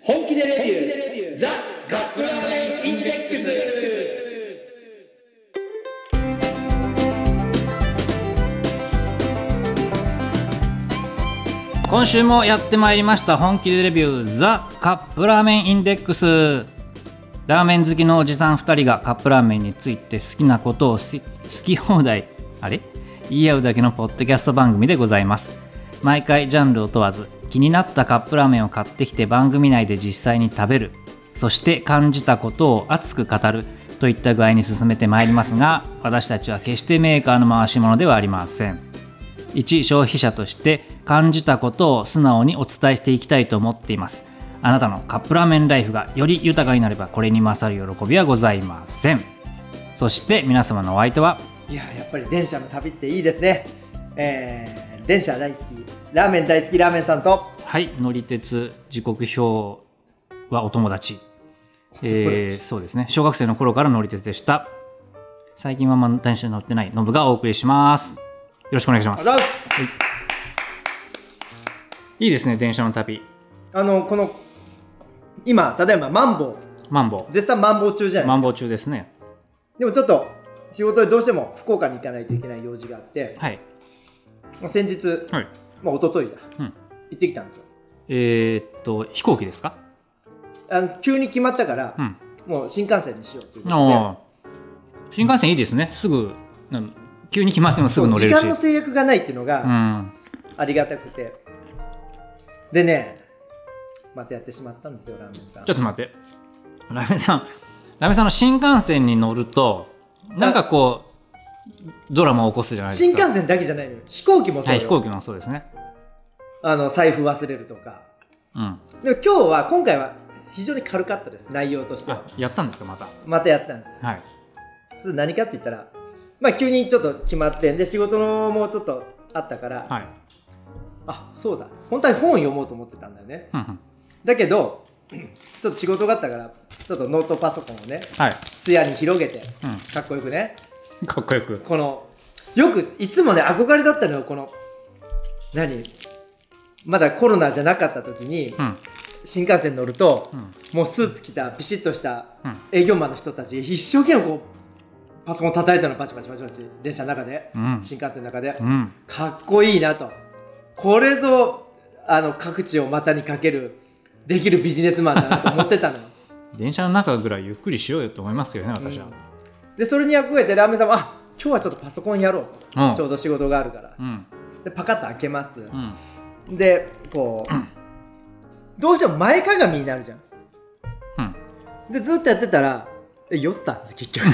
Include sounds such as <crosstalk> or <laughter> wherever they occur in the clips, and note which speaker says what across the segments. Speaker 1: 本気でレビューザ・カップラーメンインデックス
Speaker 2: 今週もやってまいりました本気でレビューザ・カップラーメンインデックスラーメン好きのおじさん2人がカップラーメンについて好きなことをし好き放題あれ言い合うだけのポッドキャスト番組でございます毎回ジャンルを問わず気になったカップラーメンを買ってきて番組内で実際に食べるそして感じたことを熱く語るといった具合に進めてまいりますが私たちは決してメーカーの回し者ではありません一消費者として感じたことを素直にお伝えしていきたいと思っていますあなたのカップラーメンライフがより豊かになればこれに勝る喜びはございませんそして皆様のお相手はい
Speaker 3: ややっぱり電車の旅っていいですね、えー、電車大好きラーメン大好きラーメンさんと
Speaker 2: はい乗り鉄時刻表はお友達えーそうですね小学生の頃から乗り鉄でした最近はまあ電車に乗ってないノブがお送りしますよろしくお願いします
Speaker 3: あ
Speaker 2: いいですね電車の旅
Speaker 3: あのこの今ただいまマンボウ
Speaker 2: マンボ
Speaker 3: 絶賛マンボウ中じゃ
Speaker 2: ウ
Speaker 3: な
Speaker 2: マ
Speaker 3: い
Speaker 2: ンボウ中ですね
Speaker 3: でもちょっと仕事でどうしても福岡に行かないといけない用事があって、
Speaker 2: はい
Speaker 3: まあ先日、
Speaker 2: はい
Speaker 3: まあ、一昨日だ、
Speaker 2: うん
Speaker 3: 行ってきたんですよ
Speaker 2: えーっと飛行機ですか
Speaker 3: あの急に決まったから
Speaker 2: う、ん
Speaker 3: もう新幹線にしようということで
Speaker 2: ああ新幹線いいですねすぐなん急に決まってもすぐ乗れるし
Speaker 3: そう時間の制約がないっていうの
Speaker 2: う
Speaker 3: が
Speaker 2: ん
Speaker 3: ありがたくて、でねまたやってしまったんですよラーメンさん
Speaker 2: ちょっと待ってラメさんラメさんの新幹線に乗るとなんかこうドラマを起こすじゃないです
Speaker 3: 新
Speaker 2: か
Speaker 3: 幹線だけじゃないのよ飛行機もそう
Speaker 2: は
Speaker 3: よ、
Speaker 2: い飛行機もそうですね
Speaker 3: あの財布忘れるとか
Speaker 2: うん
Speaker 3: でも今日は今回は非常に軽かったです内容として
Speaker 2: あ
Speaker 3: は
Speaker 2: やったんですかまた
Speaker 3: またやったんです
Speaker 2: はい
Speaker 3: それ何かって言ったらまあ急にちょっと決まってで仕事のもうちょっとあったから、
Speaker 2: はい
Speaker 3: あそうだ本当は本読もうと思ってたんだよね
Speaker 2: うんうん
Speaker 3: だけど <clears throat> ちょっと仕事があったからちょっとノートパソコンをね
Speaker 2: はい
Speaker 3: 艶に広げて
Speaker 2: う
Speaker 3: かっこよくね
Speaker 2: んかっこよく
Speaker 3: このよくいつもね憧れだったのよこの何まだコロナじゃなかった時に
Speaker 2: うん
Speaker 3: 新幹線乗ると、
Speaker 2: うん
Speaker 3: もうスーツ着たビシッとした
Speaker 2: うん
Speaker 3: 営業マンの人たち一生懸命こうパソコン叩いたのバチバチバチバチ電車の中で、
Speaker 2: うん
Speaker 3: 新幹線の中で、
Speaker 2: うん
Speaker 3: かっこいいなとこれぞあの各地を股にかけるできるビジネスマンだなと思って
Speaker 2: <laughs>
Speaker 3: たのよ
Speaker 2: 電車の中ぐらいゆっくりしようよと思いますけどね私は
Speaker 3: でそれに憧れてラーメンさんもあ今日はちょっとパソコンやろうと、
Speaker 2: うん
Speaker 3: ちょうど仕事があるから
Speaker 2: うん
Speaker 3: でパカッと開けます、
Speaker 2: うん
Speaker 3: でこう、どうしても前かがみになるじゃん
Speaker 2: うん
Speaker 3: でずっとやってたらえ酔ったんです結
Speaker 2: <laughs>
Speaker 3: 局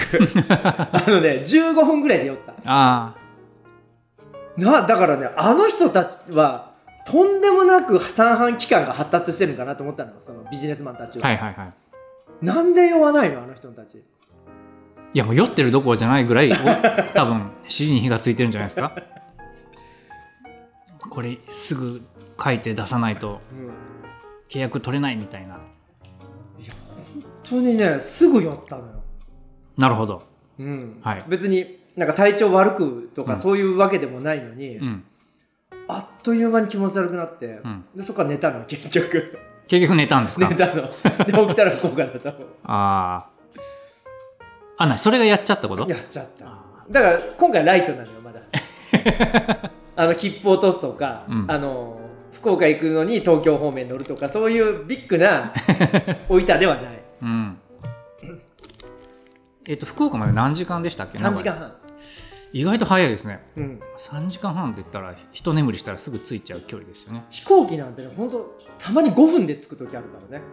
Speaker 3: あのね15分ぐらいで酔った
Speaker 2: あ
Speaker 3: なだからねあの人たちはとんでもなく三半規管が発達してるんかなと思ったのそのビジネスマンたち
Speaker 2: あ
Speaker 3: は、
Speaker 2: はいはいはい
Speaker 3: なんで酔わないのあの人たち
Speaker 2: いやもう酔ってるどころじゃないぐらいお <laughs> 多分尻に火がついてるんじゃないですかこれすぐ書いて出さないと
Speaker 3: うん
Speaker 2: 契約取れないみたいない
Speaker 3: や本当にねすぐ酔ったのよ、
Speaker 2: なるほど
Speaker 3: うん
Speaker 2: はい
Speaker 3: 別になんか体調悪くとか
Speaker 2: うん
Speaker 3: そういうわけでもないのに、
Speaker 2: うん
Speaker 3: あっという間に気持ち悪くなって、
Speaker 2: ん
Speaker 3: でそっから寝たの結局
Speaker 2: 結 <laughs> 局寝たんです
Speaker 3: 寝
Speaker 2: か、
Speaker 3: たので起きたら効果だったの
Speaker 2: あああなそれがやっちゃったこと
Speaker 3: やっちゃっただから今回ライトなのよまだ
Speaker 2: <laughs>
Speaker 3: あの切符を落とすとか、
Speaker 2: うん
Speaker 3: あの福岡行くのに東京方面乗るとかそういうビッグ
Speaker 2: <laughs>
Speaker 3: なお板ではない
Speaker 2: うんえっと福岡まで何時間でしたっけ
Speaker 3: 3時間
Speaker 2: 名古屋
Speaker 3: 半、
Speaker 2: 意外と早いですね
Speaker 3: うん、
Speaker 2: 3時間半って言ったら一眠りしたらすぐ着いちゃう距離ですよね
Speaker 3: 飛行機なんてね本当たまに5分で着く時あるからね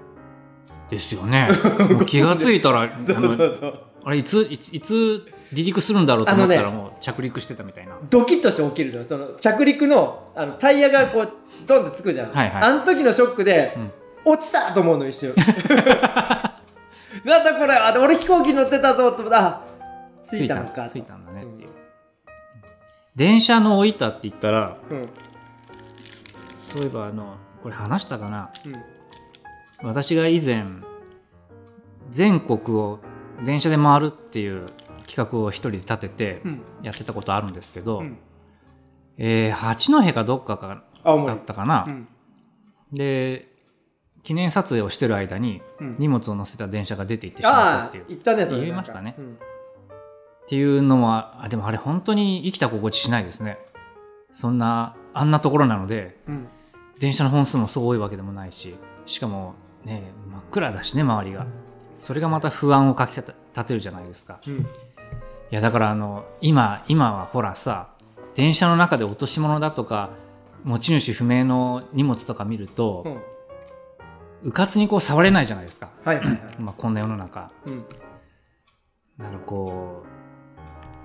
Speaker 2: ですよ
Speaker 3: <laughs>
Speaker 2: ねもう気がついたらあ
Speaker 3: そう
Speaker 2: の
Speaker 3: そうそう
Speaker 2: あれいついついつ離陸するんだろうと思ったらもう着陸してたみたいな、
Speaker 3: ドキッとして起きるのよその着陸のあのタイヤがこうドンってつくじゃん、
Speaker 2: はいはい
Speaker 3: あの時のショックで、
Speaker 2: うん
Speaker 3: 落ちたと思うの一瞬なんだこれあ俺飛行機乗ってたぞと思ったあ着いたのか
Speaker 2: 着いたんだねっていう、
Speaker 3: う
Speaker 2: 電車の降りたって言ったら
Speaker 3: うんうん
Speaker 2: そういえばあのこれ話したかな私が以前全国を電車で回るっていう企画を一人で立てて
Speaker 3: うん
Speaker 2: やってたことあるんですけど、
Speaker 3: うん
Speaker 2: えー八戸かどっかか
Speaker 3: 青
Speaker 2: だ
Speaker 3: 森
Speaker 2: ったかな、
Speaker 3: うん
Speaker 2: で記念撮影をしてる間に
Speaker 3: うん
Speaker 2: 荷物を載せた電車が出て行ってしまった
Speaker 3: ああ
Speaker 2: っていうっ
Speaker 3: 言ったねそれ
Speaker 2: 言いましたね
Speaker 3: なんかうん
Speaker 2: ていうのもあでもあれ本当に生きた心地しないですねそんなあんなところなので
Speaker 3: うん
Speaker 2: 電車の本数もそう多いわけでもないししかもね真っ暗だしね周りがそれがまた不安をかきた立てるじゃないですか
Speaker 3: うん
Speaker 2: いやだからあの今今はほらさ電車の中で落とし物だとか持ち主不明の荷物とか見る
Speaker 3: う
Speaker 2: と、
Speaker 3: ん
Speaker 2: うかつにこう触れないじゃないですか、
Speaker 3: はいはいはい
Speaker 2: まあ、こんな世の中
Speaker 3: うん
Speaker 2: なんかこう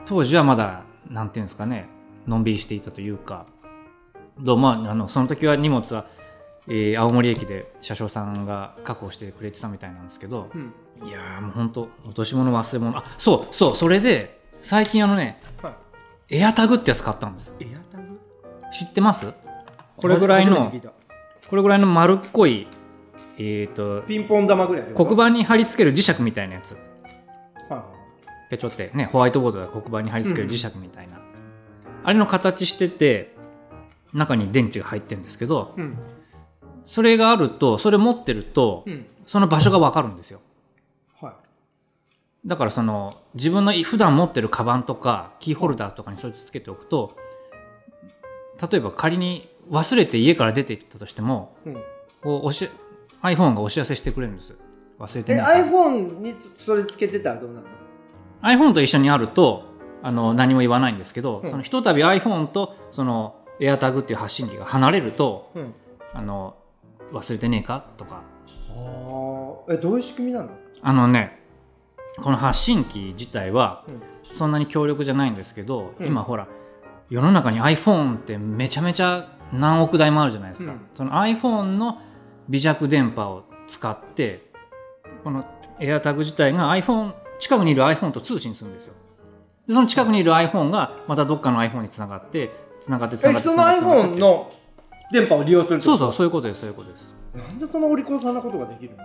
Speaker 2: 当時はまだなんていうんですかねのんびりしていたというかどうまああのその時は荷物は、えー青森駅で車掌さんが確保してくれてたみたいなんですけど、
Speaker 3: うん
Speaker 2: いやーもう本当落とし物忘れ物あそうそうそれで最近あのね、
Speaker 3: は
Speaker 2: エアタグってやつ買ったんです
Speaker 3: エアタグ
Speaker 2: 知ってますこれぐらい
Speaker 3: 初
Speaker 2: の
Speaker 3: めて聞た
Speaker 2: これぐらいの丸っこいえっ、と
Speaker 3: ピンポン玉ぐらいってこと
Speaker 2: 黒板に貼り付ける磁石みたいなやつ
Speaker 3: はい
Speaker 2: ペチョってねホワイトボードが黒板に貼り付ける磁石みたいな、あれの形してて中に電池が入ってるんですけど
Speaker 3: うん
Speaker 2: それがあるとそれ持ってると、
Speaker 3: うん
Speaker 2: その場所が分かるんですよ
Speaker 3: はい
Speaker 2: だからその自分のい普段持ってるカバンとかキーホルダーとかにそれつけておくと例えば仮に忘れて家から出て行ったとしても
Speaker 3: うん
Speaker 2: こうおし iPhone がお知らせしてくれるんです忘れて
Speaker 3: え
Speaker 2: ない
Speaker 3: iPhone にそれつけてたらどうなるの
Speaker 2: iPhone と一緒にあるとあの何も言わないんですけど、
Speaker 3: うん
Speaker 2: そのひとたび iPhone とその AirTag っていう発信機が離れると
Speaker 3: うん
Speaker 2: あの忘れてねえかとか
Speaker 3: ああえどういう仕組みなの
Speaker 2: あのねこの発信機自体は
Speaker 3: うん
Speaker 2: そんなに強力じゃないんですけど、
Speaker 3: うん
Speaker 2: 今ほら世の中に iPhone ってめちゃめちゃ何億台もあるじゃないですか、
Speaker 3: うん
Speaker 2: その iPhone の微弱電波を使ってこの AirTag 自体が iPhone 近くにいる iPhone と通信するんですよでその近くにいる iPhone がまたどっかの iPhone につながってつながってつな
Speaker 3: え
Speaker 2: がって
Speaker 3: 人の iPhone の電波を利用するって
Speaker 2: そ
Speaker 3: こ
Speaker 2: う
Speaker 3: と
Speaker 2: そうそういうことですそういうことです
Speaker 3: なんでそんなお利口さんなことができるのか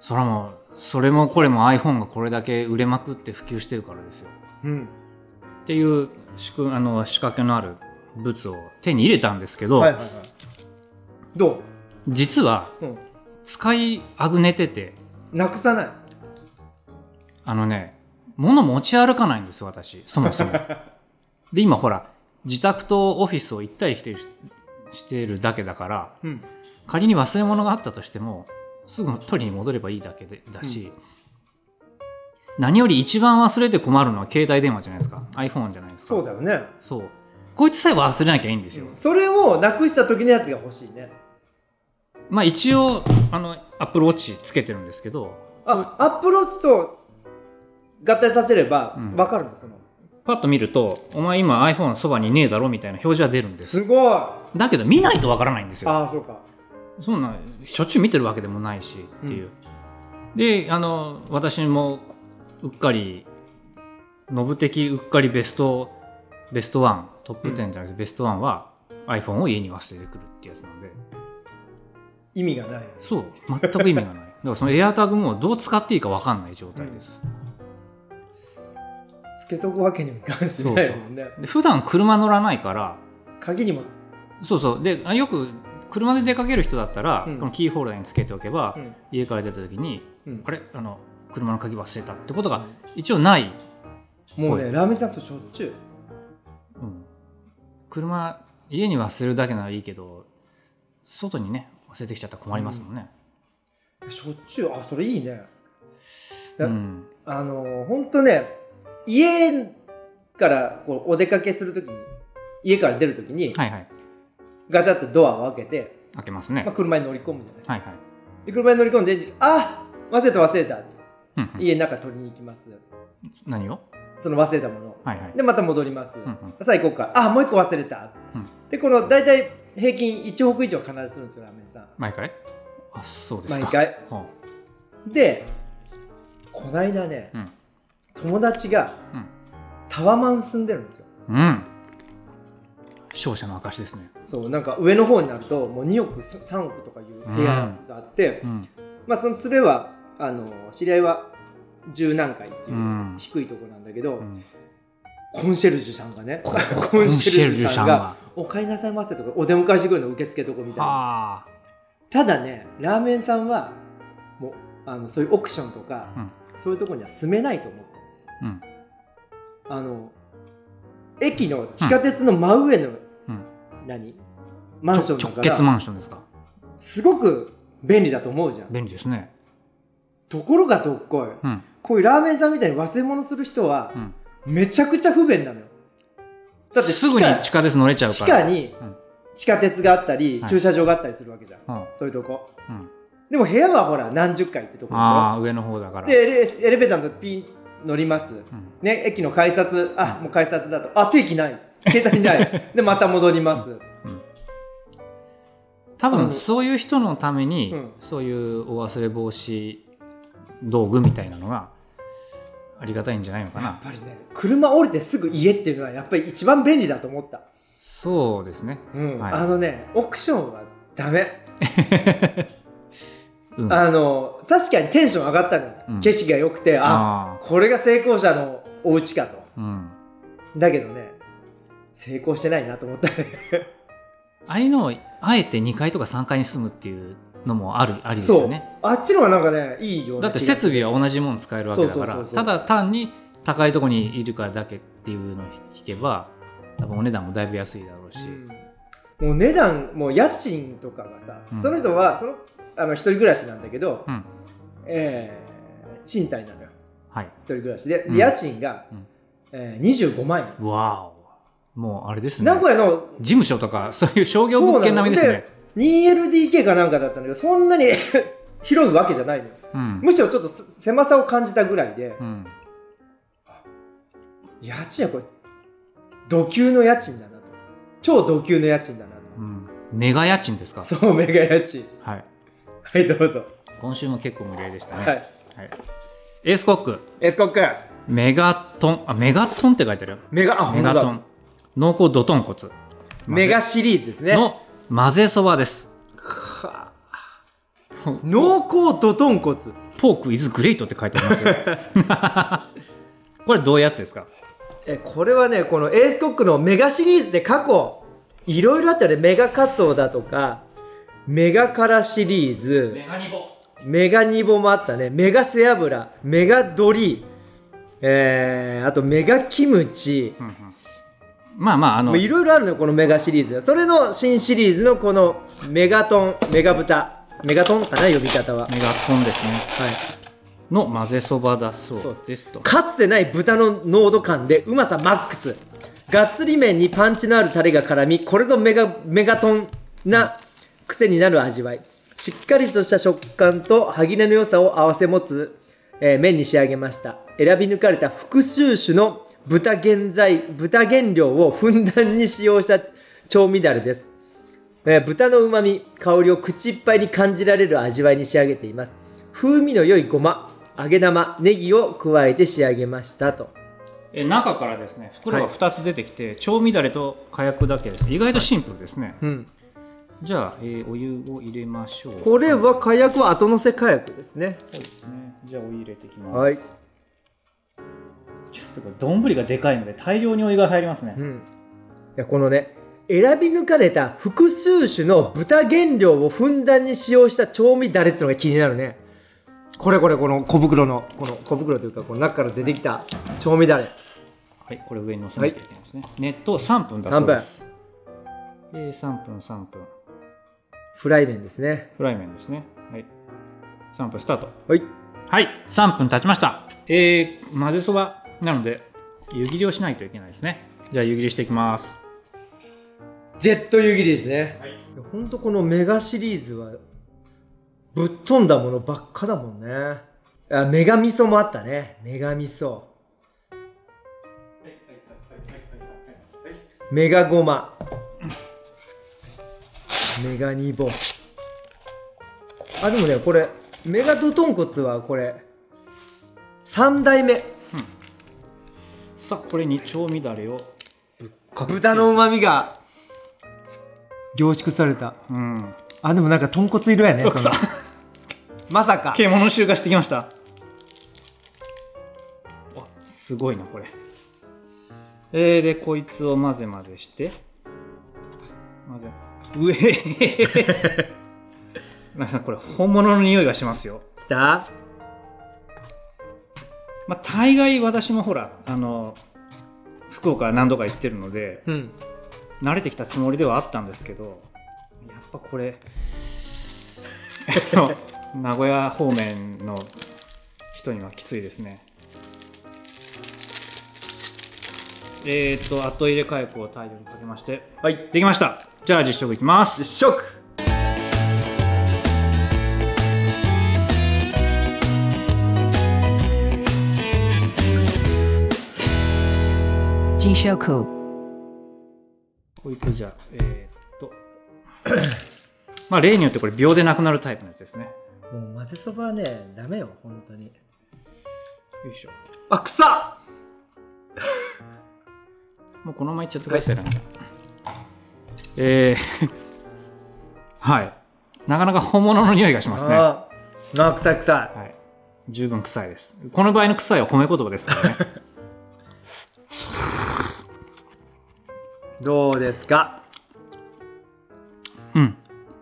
Speaker 2: それはもうそれもこれも iPhone がこれだけ売れまくって普及してるからですよ
Speaker 3: うん
Speaker 2: っていう仕組あの仕掛けのあるブツを手に入れたんですけど、
Speaker 3: はいはいはいど
Speaker 2: 実は
Speaker 3: う、うん、
Speaker 2: 使いあぐねてて
Speaker 3: なくさない
Speaker 2: あのね物持ち歩かないんですよ私そも
Speaker 3: <laughs>
Speaker 2: そもで今ほら自宅とオフィスを行ったり来てるししてるだけだから
Speaker 3: うん
Speaker 2: 仮に忘れ物があったとしてもすぐ取りに戻ればいいだけでだし、何より一番忘れて困るのは携帯電話じゃないですか iPhone じゃないですか
Speaker 3: そうだよね、
Speaker 2: そうこいつさえ忘れなきゃいいんですよ、
Speaker 3: それをなくした時のやつが欲しいね
Speaker 2: まあ一応あのアップルウォッチつけてるんですけど
Speaker 3: あアップローチと合体させれば
Speaker 2: うん
Speaker 3: 分かるのその、
Speaker 2: パッと見ると「お前今 iPhone そばにねえだろ」みたいな表示は出るんです
Speaker 3: すごいあ
Speaker 2: だけど見ないとわからないんですよ
Speaker 3: あそうか
Speaker 2: そんなしょっちゅう見てるわけでもないしっていう、であの私もうっかりノブ的うっかりベストベストワントップ10じゃなくてベストワンは iPhone を家に忘れてくるってやつなんで
Speaker 3: 意味がない
Speaker 2: そう全く意味がないだからその AirTag もどう使っていいかわかんない状態です、
Speaker 3: つけとくわけにもいかんしないもんね
Speaker 2: で普段車乗らないから
Speaker 3: 鍵にもつ
Speaker 2: そうそうであよく車で出かける人だったら、
Speaker 3: うん
Speaker 2: このキーホルダーにつけておけば、
Speaker 3: うん
Speaker 2: 家から出た時に、
Speaker 3: うん
Speaker 2: あれあの車の鍵忘れたってことが一応ない、
Speaker 3: もう
Speaker 2: は
Speaker 3: ね
Speaker 2: い
Speaker 3: ラーメンさんとしょっちゅう
Speaker 2: うん車家に忘れるだけならいいけど外にね忘れてきちゃったら困りますもんね、
Speaker 3: しょっちゅうあそれいいね
Speaker 2: う
Speaker 3: うんんあの本当ね家からこうお出かけするときに家から出るときに、
Speaker 2: はいはい
Speaker 3: ガチャってドアを開けて、
Speaker 2: 開けますね、
Speaker 3: まあ、車に乗り込むじゃないですか、
Speaker 2: はいはい、
Speaker 3: で車に乗り込んであ忘れた忘れた
Speaker 2: うんうん
Speaker 3: 家の中取りに行きます
Speaker 2: 何を
Speaker 3: その忘れたもの
Speaker 2: はいはい
Speaker 3: でまた戻ります、
Speaker 2: うんうん
Speaker 3: さあ行こうかあもう一個忘れた、
Speaker 2: うん
Speaker 3: でこの大体平均1億以上必ずするんですよラーメンさん
Speaker 2: 毎回あそうです
Speaker 3: 毎
Speaker 2: か
Speaker 3: 回
Speaker 2: は
Speaker 3: でこないだね
Speaker 2: あうん
Speaker 3: 友達が
Speaker 2: うん
Speaker 3: タワマン住んでるんですよ
Speaker 2: うん勝者の証ですね
Speaker 3: そうなんか上の方になるともう2億3億とかいう部屋があって、
Speaker 2: うん
Speaker 3: まあその連れはあの知り合いは十何階っていう
Speaker 2: うん
Speaker 3: 低いところなんだけど、
Speaker 2: うん
Speaker 3: コンシェルジュさんがね <laughs> コ
Speaker 2: コンシェルジュさんが
Speaker 3: 「お帰りなさいませ」とかお出迎えしてくれるの受付とこみたいな
Speaker 2: はあ
Speaker 3: ただねラーメンさんはもうあのそういうオークションとか、
Speaker 2: うん
Speaker 3: そういうところには住めないと思ったんですよ
Speaker 2: うん
Speaker 3: あの駅の地下鉄の真上の、
Speaker 2: うん
Speaker 3: 何マンション
Speaker 2: ちょ
Speaker 3: と
Speaker 2: 直結
Speaker 3: か
Speaker 2: マ
Speaker 3: が
Speaker 2: ンションですか
Speaker 3: すごく便利だと思うじゃん
Speaker 2: 便利ですね
Speaker 3: ところがどっこい
Speaker 2: うん
Speaker 3: こういうラーメンさんみたいに忘れ物する人は
Speaker 2: うん
Speaker 3: めちゃくちゃ不便なのよだって
Speaker 2: すぐに地下鉄乗れちゃう
Speaker 3: 地
Speaker 2: から
Speaker 3: 下に
Speaker 2: うん
Speaker 3: 地下鉄があったり、
Speaker 2: はい
Speaker 3: 駐車場があったりするわけじゃん、
Speaker 2: うん
Speaker 3: そういうとこ
Speaker 2: うん
Speaker 3: でも部屋はほら何十階ってとこでし
Speaker 2: あ
Speaker 3: ょ
Speaker 2: あ上の方だから
Speaker 3: でエレエレベーターのピン乗ります、
Speaker 2: うん
Speaker 3: ね駅の改札あ、もう改札だとあ定期ない携帯ない
Speaker 2: <laughs>
Speaker 3: でまた戻ります、
Speaker 2: 多
Speaker 3: あ
Speaker 2: 分
Speaker 3: の
Speaker 2: そういう人のために、
Speaker 3: うん
Speaker 2: そういうお忘れ防止道具みたいなのがありがたいんじゃないのかな
Speaker 3: やっぱりね車降りてすぐ家っていうのはやっぱり一番便利だと思った、
Speaker 2: そうですね
Speaker 3: うん
Speaker 2: はい
Speaker 3: あのねオークションはダメ
Speaker 2: うん
Speaker 3: あの確かにテンション上がったのよ、
Speaker 2: うん
Speaker 3: 景色が良くてあ
Speaker 2: あ
Speaker 3: これが成功者のお家かと
Speaker 2: ーうん
Speaker 3: だけどね成功してないなと思ったね
Speaker 2: ああいうのをあえて2階とか3階に住むっていうのもあるありです
Speaker 3: そ
Speaker 2: よ
Speaker 3: う
Speaker 2: ね
Speaker 3: あっちのがなんかねいいよう
Speaker 2: だ
Speaker 3: な
Speaker 2: って
Speaker 3: 気が
Speaker 2: 設備は同じもの使えるわけだから
Speaker 3: そうそうそうそう
Speaker 2: ただ単に高いとこにいるからだけっていうのを引けば多分お値段もだいぶ安いだろうし、
Speaker 3: うんもう値段もう家賃とかがさ、
Speaker 2: うん
Speaker 3: その人はそのあの一人暮らしなんだけど、
Speaker 2: うん
Speaker 3: えー賃貸なのよ
Speaker 2: はい
Speaker 3: 一人暮らしで、で
Speaker 2: うん
Speaker 3: 家賃が、
Speaker 2: うん
Speaker 3: えー25万円、
Speaker 2: わおもうあれですね
Speaker 3: 名古屋の
Speaker 2: 事務所とか <laughs> そういう商業物件並みですね
Speaker 3: 2LDK かなんかだったんだけどそんなに <laughs> 広いわけじゃないのよ
Speaker 2: うん
Speaker 3: むしろちょっとせ狭さを感じたぐらいで、
Speaker 2: うん
Speaker 3: 家賃はこれ土級の家賃だなと超土級の家賃だな
Speaker 2: うんメガ家賃ですか
Speaker 3: と、そうメガ家賃
Speaker 2: はい、
Speaker 3: はいどうぞ、
Speaker 2: 今週も結構無理やりでしたね、
Speaker 3: はい
Speaker 2: はいエースコック
Speaker 3: エスコック
Speaker 2: メガトンあメガトンって書いてあるよ
Speaker 3: メガあ
Speaker 2: メガトン濃厚ドトンコツ
Speaker 3: メガシリーズですね
Speaker 2: の混ぜそばです
Speaker 3: はあ濃厚ドトンコツ
Speaker 2: ポークイズグレートって書いてありますよ <laughs> これどういうやつですか
Speaker 3: えこれはねこのエースコックのメガシリーズで過去いろいろあったよねメガカツオだとかメガカラシリーズ
Speaker 2: ガニボ
Speaker 3: メガニボもあったねメガ背脂メガドリえー、あとメガキムチ
Speaker 2: まあまああ
Speaker 3: も
Speaker 2: の
Speaker 3: ういろいろあるのよこのメガシリーズそれの新シリーズのこのメガトンメガ豚メガトンかな呼び方は、はい、
Speaker 2: メガトンですねの混ぜそばだそうですと
Speaker 3: かつてない豚の濃度感でうまさマックスがっつり麺にパンチのあるタレが絡みこれぞメガメガトンな癖になる味わいしっかりとした食感と歯切れの良さを合わせ持つ、えー麺に仕上げました選び抜かれた複数種の豚原材豚原料をふんだんに使用した調味だれですえー豚のうまみ香りを口いっぱいに感じられる味わいに仕上げています風味の良いごま揚げ玉ネギを加えて仕上げましたと
Speaker 2: え中からですね袋が
Speaker 3: はい
Speaker 2: 2つ出てきて、調味だれと火薬だけです意外とシンプルですね、
Speaker 3: うん
Speaker 2: じゃあ、えーお湯を入れましょう
Speaker 3: これは火薬は後乗せ火薬ですね
Speaker 2: そうですねじゃあお湯入れていきます、
Speaker 3: はい、
Speaker 2: ちょっとこれ丼がでかいので大量にお湯が入りますね、
Speaker 3: うん、いやこのね選び抜かれた複数種の豚原料をふんだんに使用した調味だれってのが気になるねこれこれこの小袋のこの小袋というかこの中から出てきた調味だれ
Speaker 2: はいこれ上に乗せなきゃいけないですね、熱湯3分だそ
Speaker 3: 3
Speaker 2: うで
Speaker 3: 分
Speaker 2: すえー、3分3分
Speaker 3: フライ麺ですね
Speaker 2: フライ麺ですねはい3分スタート
Speaker 3: はい
Speaker 2: はい3分経ちましたえー、混ぜそばなので湯切りをしないといけないですねじゃあ湯切りしていきます
Speaker 3: ジェット湯切りですね
Speaker 2: はい
Speaker 3: ほんとこのメガシリーズはぶっ飛んだものばっかだもんねあメガ味噌もあったねメガ味噌メガゴマメガニボあでもねこれメガドトンコツはこれ3代目
Speaker 2: さあこれに調味だれを
Speaker 3: 豚のうまみが凝縮された
Speaker 2: うん
Speaker 3: あでもなんか豚骨色やね
Speaker 2: 奥さん
Speaker 3: そのまさか
Speaker 2: 獣臭がしてきましたおすごいなこれえー、でこいつを混ぜ混ぜして混ぜうえ <laughs> 皆さんこれ本物の匂いがしますよ、
Speaker 3: きた
Speaker 2: まあ、大概私もほらあの福岡何度か行ってるので
Speaker 3: うん
Speaker 2: 慣れてきたつもりではあったんですけどやっぱこれあの名古屋方面の人にはきついですねえー、っと後入れ火薬を大量にかけまして
Speaker 3: はい
Speaker 2: できましたじゃあ実食いきます
Speaker 3: ショック
Speaker 2: こいつじゃあえー、っと <clears throat> まあ例によってこれ秒でなくなるタイプのやつですね
Speaker 3: もう混ぜそばはねダメよ本当に
Speaker 2: よいしょ
Speaker 3: あ臭っ
Speaker 2: もうこのままいっちゃってください、なんかえー <laughs> はいなかなか本物の匂いがしますね
Speaker 3: あ
Speaker 2: は
Speaker 3: ーあ臭い臭い
Speaker 2: い十分臭いですこの場合の臭いは褒め言葉ですからね
Speaker 3: <laughs> どうですか
Speaker 2: うん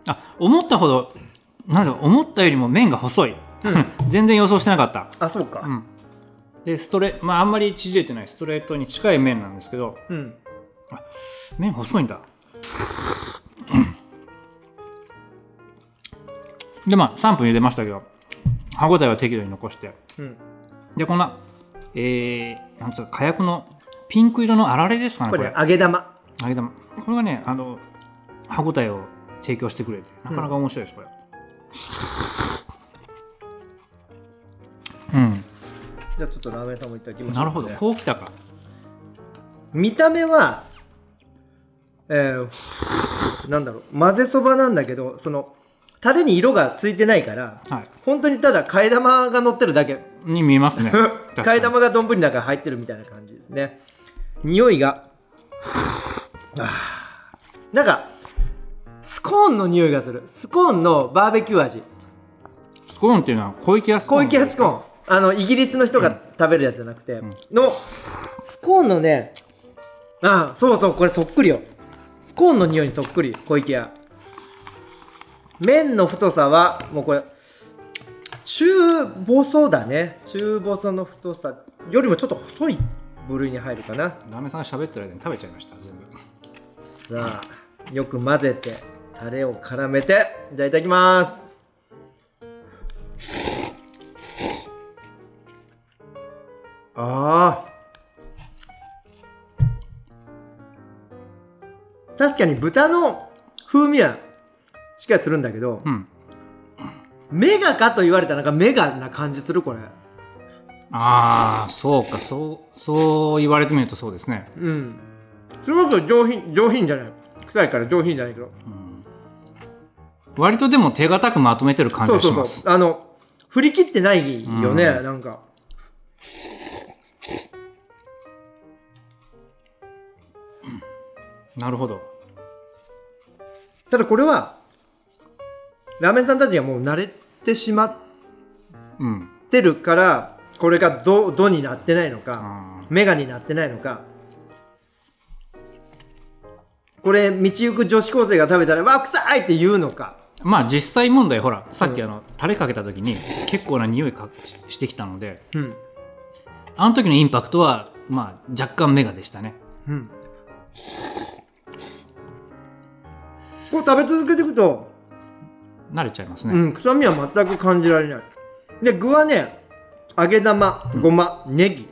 Speaker 2: あ思ったほどなんだろう思ったよりも麺が細い、 <laughs> 全然予想してなかった
Speaker 3: あそうか
Speaker 2: んでストレまああんまり縮れてないストレートに近い麺なんですけど
Speaker 3: うん、
Speaker 2: 麺細いんだでまあ3分茹でましたけど歯ごたえは適度に残して
Speaker 3: うん
Speaker 2: でこんなえー、なんつうか火薬のピンク色のあられですかね
Speaker 3: こ
Speaker 2: こ
Speaker 3: れ
Speaker 2: れ
Speaker 3: 揚げ玉
Speaker 2: あれだこれがねあの歯ごたえを提供してくれてなかなか面白いです、これう
Speaker 3: じゃあちょっとラーメンさんもいただきま
Speaker 2: ん
Speaker 3: しょう
Speaker 2: なるほど
Speaker 3: ね
Speaker 2: こうきたか
Speaker 3: 見た目はえー、なんだろう混ぜそばなんだけどそのタレに色がついてないから、
Speaker 2: はい
Speaker 3: 本当にただ替え玉が乗ってるだけ
Speaker 2: に見えま
Speaker 3: <laughs>
Speaker 2: すね確か
Speaker 3: 替え
Speaker 2: に
Speaker 3: 玉が丼の中に入ってるみたいな感じですね匂いがあーなんかスコーンの匂いがするスコーンのバーベキュー味
Speaker 2: スコーンっていうのは小池康
Speaker 3: 小池スコーンあのイギリスの人が食べるやつじゃなくて、のスコーンのねあそうそうこれそっくりよスコーンの匂いにそっくり小池屋麺の太さはもうこれ中細だね中細の太さよりもちょっと細い部類に入るかな
Speaker 2: ラーメンさんが喋ってる間に食べちゃいました全部
Speaker 3: さあよく混ぜてタレを絡めてじゃあいただきますあー確かに豚の風味はしっかりするんだけど、
Speaker 2: うん
Speaker 3: メガかと言われたらなんかメガな感じするこれ
Speaker 2: ああそうかそうそう言われてみるとそうですね、
Speaker 3: うんすごく上品上品じゃない臭いから上品じゃないけど
Speaker 2: うん、割とでも手堅くまとめてる感
Speaker 3: そ
Speaker 2: じ
Speaker 3: う
Speaker 2: が
Speaker 3: そ
Speaker 2: し
Speaker 3: う
Speaker 2: ます
Speaker 3: そうあの振り切ってないよね、
Speaker 2: う
Speaker 3: なんか
Speaker 2: なるほど
Speaker 3: ただこれはラーメンさんたちがもう慣れてしまっ
Speaker 2: うん
Speaker 3: てるからこれがど「ど」になってないのか
Speaker 2: あ
Speaker 3: 「メガ」になってないのかこれ道行く女子高生が食べたら「わ臭い!」って言うのか
Speaker 2: ーまあ実際問題ほらさっきあの、タレかけた時に結構な匂いかししてきたので
Speaker 3: うん
Speaker 2: あの時のインパクトはまあ若干メガでしたね
Speaker 3: うんこれ食べ続けていくと
Speaker 2: 慣れちゃいます
Speaker 3: う
Speaker 2: ね、
Speaker 3: ん、臭みは全く感じられないで具はね揚げ玉ごま、ネギ、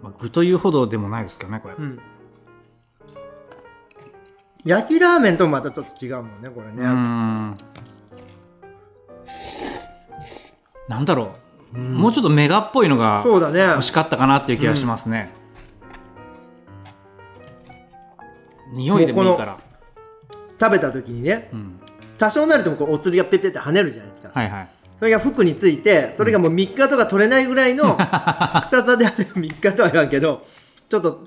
Speaker 2: まあ、具というほどでもないですけどねこれ、
Speaker 3: うん、焼きラーメンとまたちょっと違うもんねこれね、
Speaker 2: うーんなんだろう、もうちょっとメガっぽいのが
Speaker 3: そうだね
Speaker 2: 欲しかったかなっていう気がしますね、匂いでもいいから
Speaker 3: 食べた時にね
Speaker 2: うん、
Speaker 3: 多少なりともこうお釣りがペッペッて跳ねるじゃないですか、
Speaker 2: はいはい
Speaker 3: それが服についてそれがもう3日とか取れないぐらい
Speaker 2: <laughs>
Speaker 3: の臭さであれ3日とは言わんけどちょっと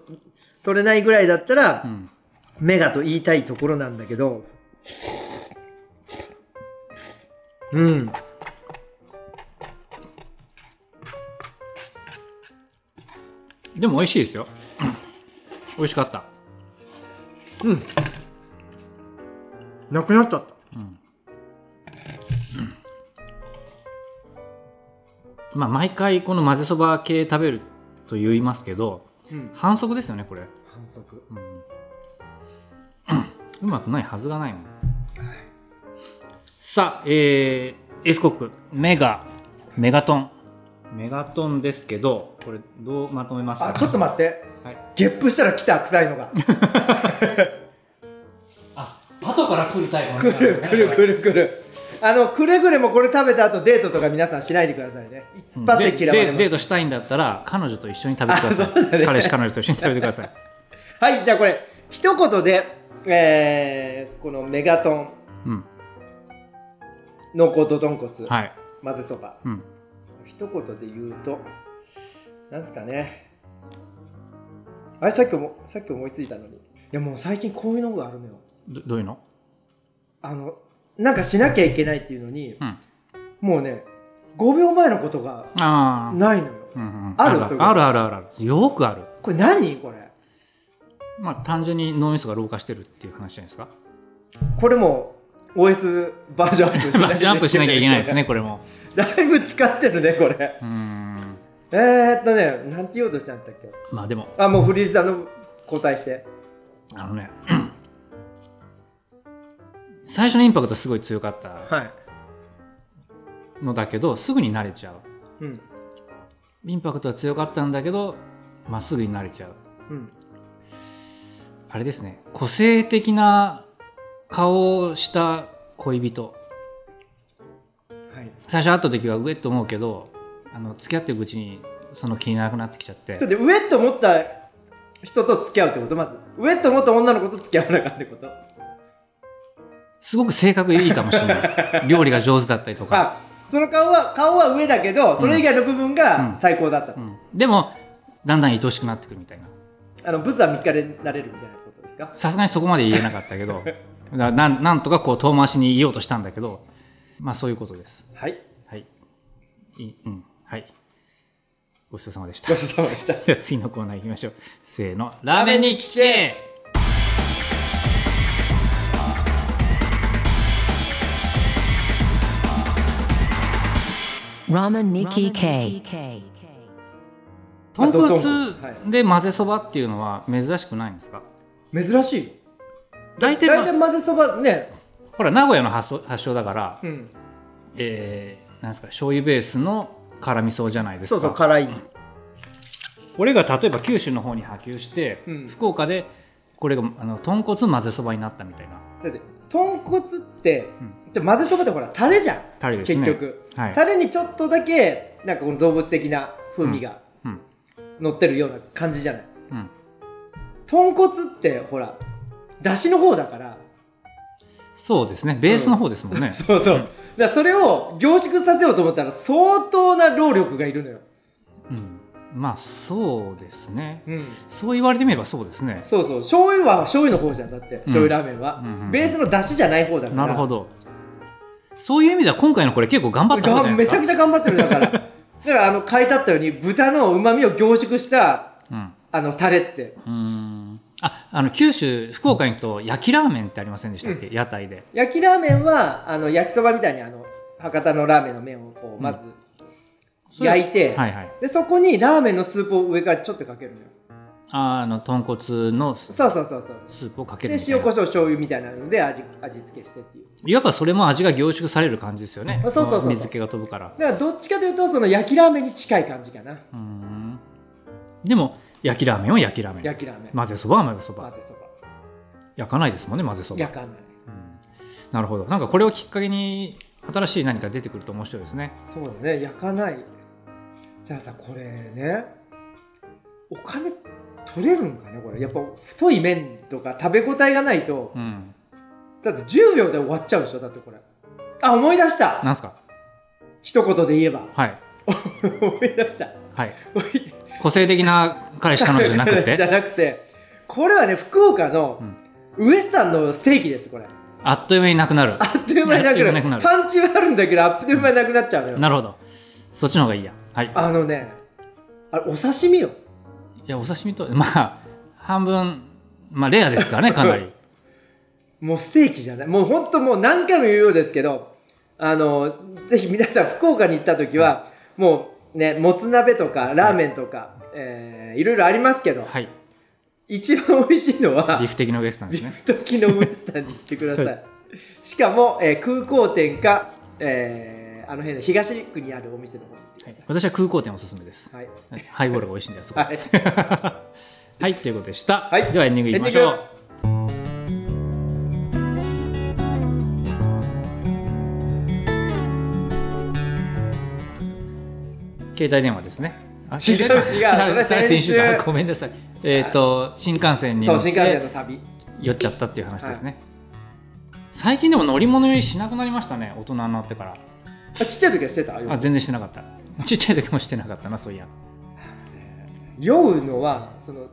Speaker 3: 取れないぐらいだったら、
Speaker 2: ん
Speaker 3: メガと言いたいところなんだけどうん
Speaker 2: でも美味しいですよ <clears throat> 美味しかった
Speaker 3: なくなっちゃった、
Speaker 2: まあ、毎回この混ぜそば系食べると言いますけど、
Speaker 3: うん
Speaker 2: 反則ですよねこれ、
Speaker 3: 反則
Speaker 2: うんうんうまくないはずがないもん、さあえー、エースコックメガメガトンメガトンですけどこれどうまとめますか
Speaker 3: あちょっと待って
Speaker 2: はい、
Speaker 3: ゲップしたら来た臭いのが
Speaker 2: あ後から来るタイプ
Speaker 3: くるくるくるくるあのくれぐれもこれ食べた後デートとか皆さんしないでくださいね <laughs> 一発で
Speaker 2: で
Speaker 3: 嫌われ
Speaker 2: でデー
Speaker 3: ま
Speaker 2: トしたいんだったら彼女と一緒に食べてください、彼氏彼女と一緒に食べてください
Speaker 3: すはいじゃあこれ一言で、えーこのメガトン
Speaker 2: うん
Speaker 3: 濃厚と豚骨、
Speaker 2: はい、
Speaker 3: 混ぜそば
Speaker 2: うん、
Speaker 3: 一言で言うとなんですかねあれさっきもさっき思いついたのにいやもう最近こういうのがあるのよ
Speaker 2: どどういうの
Speaker 3: あのなんかしなきゃいけないっていうのに、
Speaker 2: うん
Speaker 3: もうね5秒前のことが
Speaker 2: ああ
Speaker 3: ないのよ
Speaker 2: うんうん
Speaker 3: ある
Speaker 2: あ
Speaker 3: そういうこ
Speaker 2: る
Speaker 3: と
Speaker 2: あるあるあるあるよくある
Speaker 3: これ何これ
Speaker 2: まあ単純に脳みそが老化してるっていう話じゃない <laughs> ですか
Speaker 3: これも OS バージョンアップしなきゃいけない
Speaker 2: <laughs> ジャンプしなきゃいけないですねこれも
Speaker 3: だいぶ使ってるねこれ
Speaker 2: うーん
Speaker 3: えー、っとねなんて言おうとしたんだっけ
Speaker 2: まあでも
Speaker 3: あもうフリーズさんの交代して
Speaker 2: あのね <clears throat> 最初のインパクトすごい強かった
Speaker 3: はい
Speaker 2: のだけどすぐに慣れちゃう
Speaker 3: うん
Speaker 2: インパクトは強かったんだけどまあすぐに慣れちゃう
Speaker 3: うん
Speaker 2: あれですね個性的な顔をした恋人
Speaker 3: はい
Speaker 2: 最初会った時は上と思うけどあの付き合っていくうちにその気になくなってきちゃって
Speaker 3: ちょっと上と思った人と付き合うってことまず上と思った女の子と付き合わなかったってこと
Speaker 2: すごく性格いいかもしれ <laughs> ない料理が上手だったりとか、
Speaker 3: あその顔は顔は上だけどそれ以外の部分が最高だった、
Speaker 2: うん、でもだんだん愛おしくなってくるみたいな
Speaker 3: あのブスは3日でなれるみたいなことですか
Speaker 2: さすがにそこまで言えなかった
Speaker 3: <laughs>
Speaker 2: けどだなんなんとかこう遠回しに言おうとしたんだけどまあそういうことです
Speaker 3: はい
Speaker 2: はいいいうんはいごちそうさまでした
Speaker 3: ごちそうさまでした
Speaker 2: <laughs> では次のコーナー行きましょうせーのラーメンに聞け
Speaker 4: ラーメンニキ K
Speaker 2: 豚
Speaker 3: あど
Speaker 2: 骨
Speaker 3: どんこはい
Speaker 2: で混ぜそばっていうのは珍しくないんですか
Speaker 3: 珍しいよ
Speaker 2: 大体
Speaker 3: 大体
Speaker 2: ま
Speaker 3: 混ぜそばね
Speaker 2: ほら名古屋の発祥発祥だから、
Speaker 3: うん
Speaker 2: えー、なんですか醤油ベースの辛味噌じゃないです
Speaker 3: そ
Speaker 2: か
Speaker 3: うそう辛い、
Speaker 2: これが例えば九州の方に波及して、
Speaker 3: うん
Speaker 2: 福岡でこれがあの豚骨混ぜそばになったみたいな
Speaker 3: だって豚骨って、
Speaker 2: ん
Speaker 3: じゃ混ぜそばってほらタレじゃん
Speaker 2: タレです
Speaker 3: 結
Speaker 2: ね
Speaker 3: 局、
Speaker 2: はい
Speaker 3: タレにちょっとだけなんかこの動物的な風味が
Speaker 2: うん
Speaker 3: 乗ってるような感じじゃない、
Speaker 2: うん
Speaker 3: 豚骨ってほら出汁の方だから
Speaker 2: そうですねベースの方ですもんね、
Speaker 3: そうそうだからそれを凝縮させようと思ったら相当な労力がいるのよ、
Speaker 2: うんまあそうですね、
Speaker 3: うん、
Speaker 2: そう言われてみればそうですね
Speaker 3: そうそう醤油は醤油の方じゃんだって醤油ラーメンは、
Speaker 2: うんうんうん
Speaker 3: ベースの出汁じゃない方だから
Speaker 2: なるほどそういう意味では今回のこれ結構頑張った方じゃない
Speaker 3: が
Speaker 2: で
Speaker 3: め
Speaker 2: す
Speaker 3: ち
Speaker 2: か
Speaker 3: ゃくちゃ頑張ってるだ
Speaker 2: <laughs>
Speaker 3: からだからあの書いてあったように豚のうまみを凝縮した
Speaker 2: うん
Speaker 3: あのタレって
Speaker 2: うーんああの九州福岡に行くと焼きラーメンってありませんでしたっけ、屋台で
Speaker 3: 焼きラーメンはあの焼きそばみたいにあの博多のラーメンの麺をこうまず
Speaker 2: それ
Speaker 3: 焼いて、
Speaker 2: はいはい
Speaker 3: でそこにラーメンのスープを上からちょっとかけるのよ
Speaker 2: ああの豚骨のス
Speaker 3: そうそうそうそう
Speaker 2: スープをかける
Speaker 3: で
Speaker 2: みたい
Speaker 3: 塩
Speaker 2: な
Speaker 3: コショウ醤油みたいなので味味付けしてっていう
Speaker 2: いわばそれも味が凝縮される感じですよね
Speaker 3: あそうそうそうそう
Speaker 2: 水気が飛ぶから
Speaker 3: だからどっちかというとその焼きラーメンに近い感じかな
Speaker 2: うーんでも焼きラーメンは焼きラーメン
Speaker 3: 焼きラーメン
Speaker 2: 混ぜそばは混ぜそば
Speaker 3: 混ぜそば
Speaker 2: 焼かないですもんね混ぜそば、
Speaker 3: 焼かない
Speaker 2: うんなるほどなんかこれをきっかけに新しい何か出てくると面白いですね
Speaker 3: そうだね焼かないたださこれねお金取れるんかねこれやっぱ太い麺とか食べ応えがないと
Speaker 2: うん
Speaker 3: だって10秒で終わっちゃうでしょだってこれあ思い出した
Speaker 2: なんすか
Speaker 3: 一言で言えば <laughs>
Speaker 2: はい
Speaker 3: 思い出した
Speaker 2: はい個性的な彼氏彼女じゃなく
Speaker 3: <laughs> じゃ
Speaker 2: て
Speaker 3: なくてこれはね福岡のウエスタンのステーキですこれあ
Speaker 2: あっという間になくなる
Speaker 3: っという間になく
Speaker 2: あっという間
Speaker 3: な
Speaker 2: にな
Speaker 3: る
Speaker 2: くなる
Speaker 3: パンチはあるんだけどあっという間になくなっちゃうのよ
Speaker 2: なるほどそっちの方がいいやはい
Speaker 3: あのねあれお刺身よ
Speaker 2: いやお刺身とまあ半分まあレアですからね
Speaker 3: <laughs>
Speaker 2: かなり
Speaker 3: もうステーキじゃない。もう本当もう何回も言うようですけど、あの、ぜひ皆さん福岡に行った時は、もうね、もつ鍋とかラーメンとか、えーいろいろありますけど、
Speaker 2: はい
Speaker 3: 一番美味しいのは
Speaker 2: ビフテキのウエスタンで
Speaker 3: ビ
Speaker 2: すね
Speaker 3: フトキのウエスタンに行ってくださいしかも、えー空港店か、えーあの辺の東区にあるお店の方に行ってく
Speaker 2: は
Speaker 3: だ
Speaker 2: い
Speaker 3: さい、
Speaker 2: 私は空港店おすすめです、
Speaker 3: はい
Speaker 2: はいハイボールが美味しいんであそこ
Speaker 3: はい
Speaker 2: はいということでした、
Speaker 3: はい
Speaker 2: ではエンディングいきましょう携帯電話ですねあ
Speaker 3: 違う
Speaker 2: 携帯電話
Speaker 3: 違うそれ
Speaker 2: あ先週だ
Speaker 3: 先週
Speaker 2: ごめんなさいえっ、と新幹線に
Speaker 3: そ
Speaker 2: 乗
Speaker 3: う
Speaker 2: って
Speaker 3: 新幹線の旅
Speaker 2: 酔っちゃったっていう話ですね、最近でも乗り物酔いしなくなりましたね大人になってから
Speaker 3: あちっちゃい時はしてた
Speaker 2: あ全然してなかったちっちゃい時もしてなかったなそういや
Speaker 3: 酔うのはその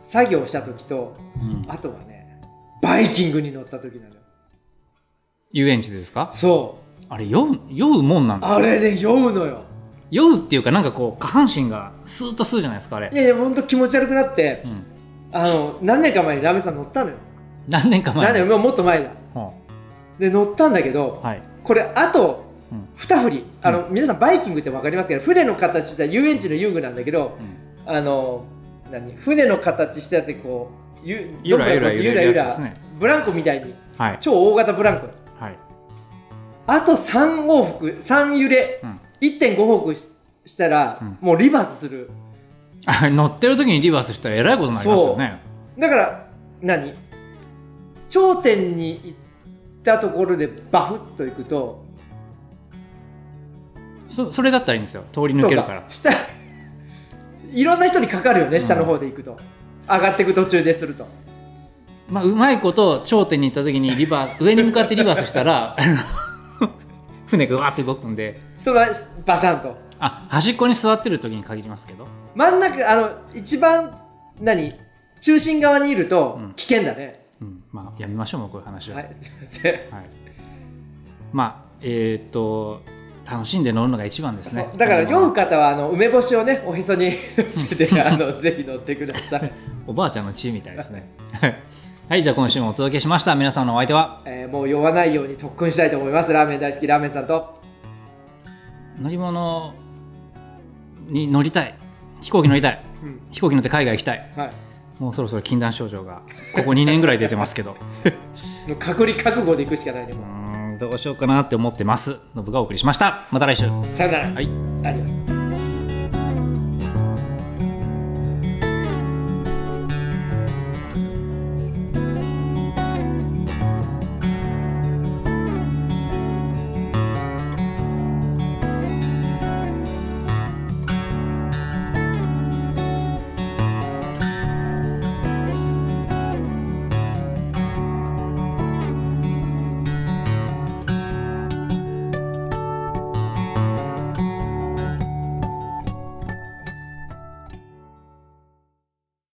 Speaker 3: 作業した時と、
Speaker 2: ん
Speaker 3: あとはねバイキングに乗った時なのよ
Speaker 2: 遊園地ですか
Speaker 3: そう
Speaker 2: あれ酔う酔うもんなんだ
Speaker 3: あれね酔うのよ
Speaker 2: 酔うっていうかなんかこう下半身がスーッとするじゃないですかあれ
Speaker 3: いやいやほんと気持ち悪くなって、
Speaker 2: ん
Speaker 3: あの何年か前にラメさん乗ったのよ、
Speaker 2: 何年か前
Speaker 3: 何年もうもっと前だ
Speaker 2: ほ
Speaker 3: で乗ったんだけど、
Speaker 2: うはい
Speaker 3: これあと
Speaker 2: うん
Speaker 3: 2振りあの、皆さんバイキングって分かりますけど船の形じゃ遊園地の遊具なんだけど、
Speaker 2: うん
Speaker 3: あの何船の形したやつでこうゆ
Speaker 2: ゆらゆ
Speaker 3: どっかでこ
Speaker 2: ら
Speaker 3: う
Speaker 2: 揺
Speaker 3: ゆ
Speaker 2: れ
Speaker 3: ら
Speaker 2: る
Speaker 3: ゆ
Speaker 2: やつですね
Speaker 3: らブランコみたいに
Speaker 2: はい
Speaker 3: 超大型ブランコ
Speaker 2: はい
Speaker 3: あと3往復3揺れ、
Speaker 2: うん
Speaker 3: 1.5往復ししたら、
Speaker 2: ん
Speaker 3: もうリバースする
Speaker 2: あ <laughs> れ乗ってる時にリバースしたらえらいことになりますよね
Speaker 3: だから何頂点に行ったところでバフッと行くと
Speaker 2: そそれだったらいいんですよ通り抜けるから
Speaker 3: そう下いろんな人にかかるよね下の方で行くと、上がっていく途中ですると
Speaker 2: まあ、うまいこと頂点に行った時にリバ
Speaker 3: <laughs>
Speaker 2: ー上に向かってリバースしたら <laughs> あの船がわーって動くんで
Speaker 3: それはバシャンと
Speaker 2: あ端っこに座ってる時に限りますけど
Speaker 3: 真ん中あの一番何中心側にいると
Speaker 2: うん
Speaker 3: 危険だね、
Speaker 2: うん、まあやめましょうもうこういう話は、
Speaker 3: はいすいません
Speaker 2: はいまあえーっと楽しんで乗るのが一番ですね
Speaker 3: そうだから酔う方はあの梅干しをねおへそに <laughs> つけてあの <laughs> ぜひ乗ってください、
Speaker 2: おばあちゃんの知恵みたいですねはいはいじゃあ今週もお届けしました皆さんのお相手は
Speaker 3: えーもう酔わないように特訓したいと思いますラーメン大好きラーメンさんと
Speaker 2: 乗り物に乗りたい飛行機乗りたい、
Speaker 3: うん
Speaker 2: 飛行機乗って海外行きたい
Speaker 3: はい
Speaker 2: もうそろそろ禁断症状がここ2年ぐらい出てますけど
Speaker 3: もう隔離覚悟で行くしかないね
Speaker 2: う
Speaker 3: も
Speaker 2: ーんどうしようかなって思ってますのぶがお送りしましたまた来週
Speaker 3: うさよなら、
Speaker 2: はい
Speaker 3: あります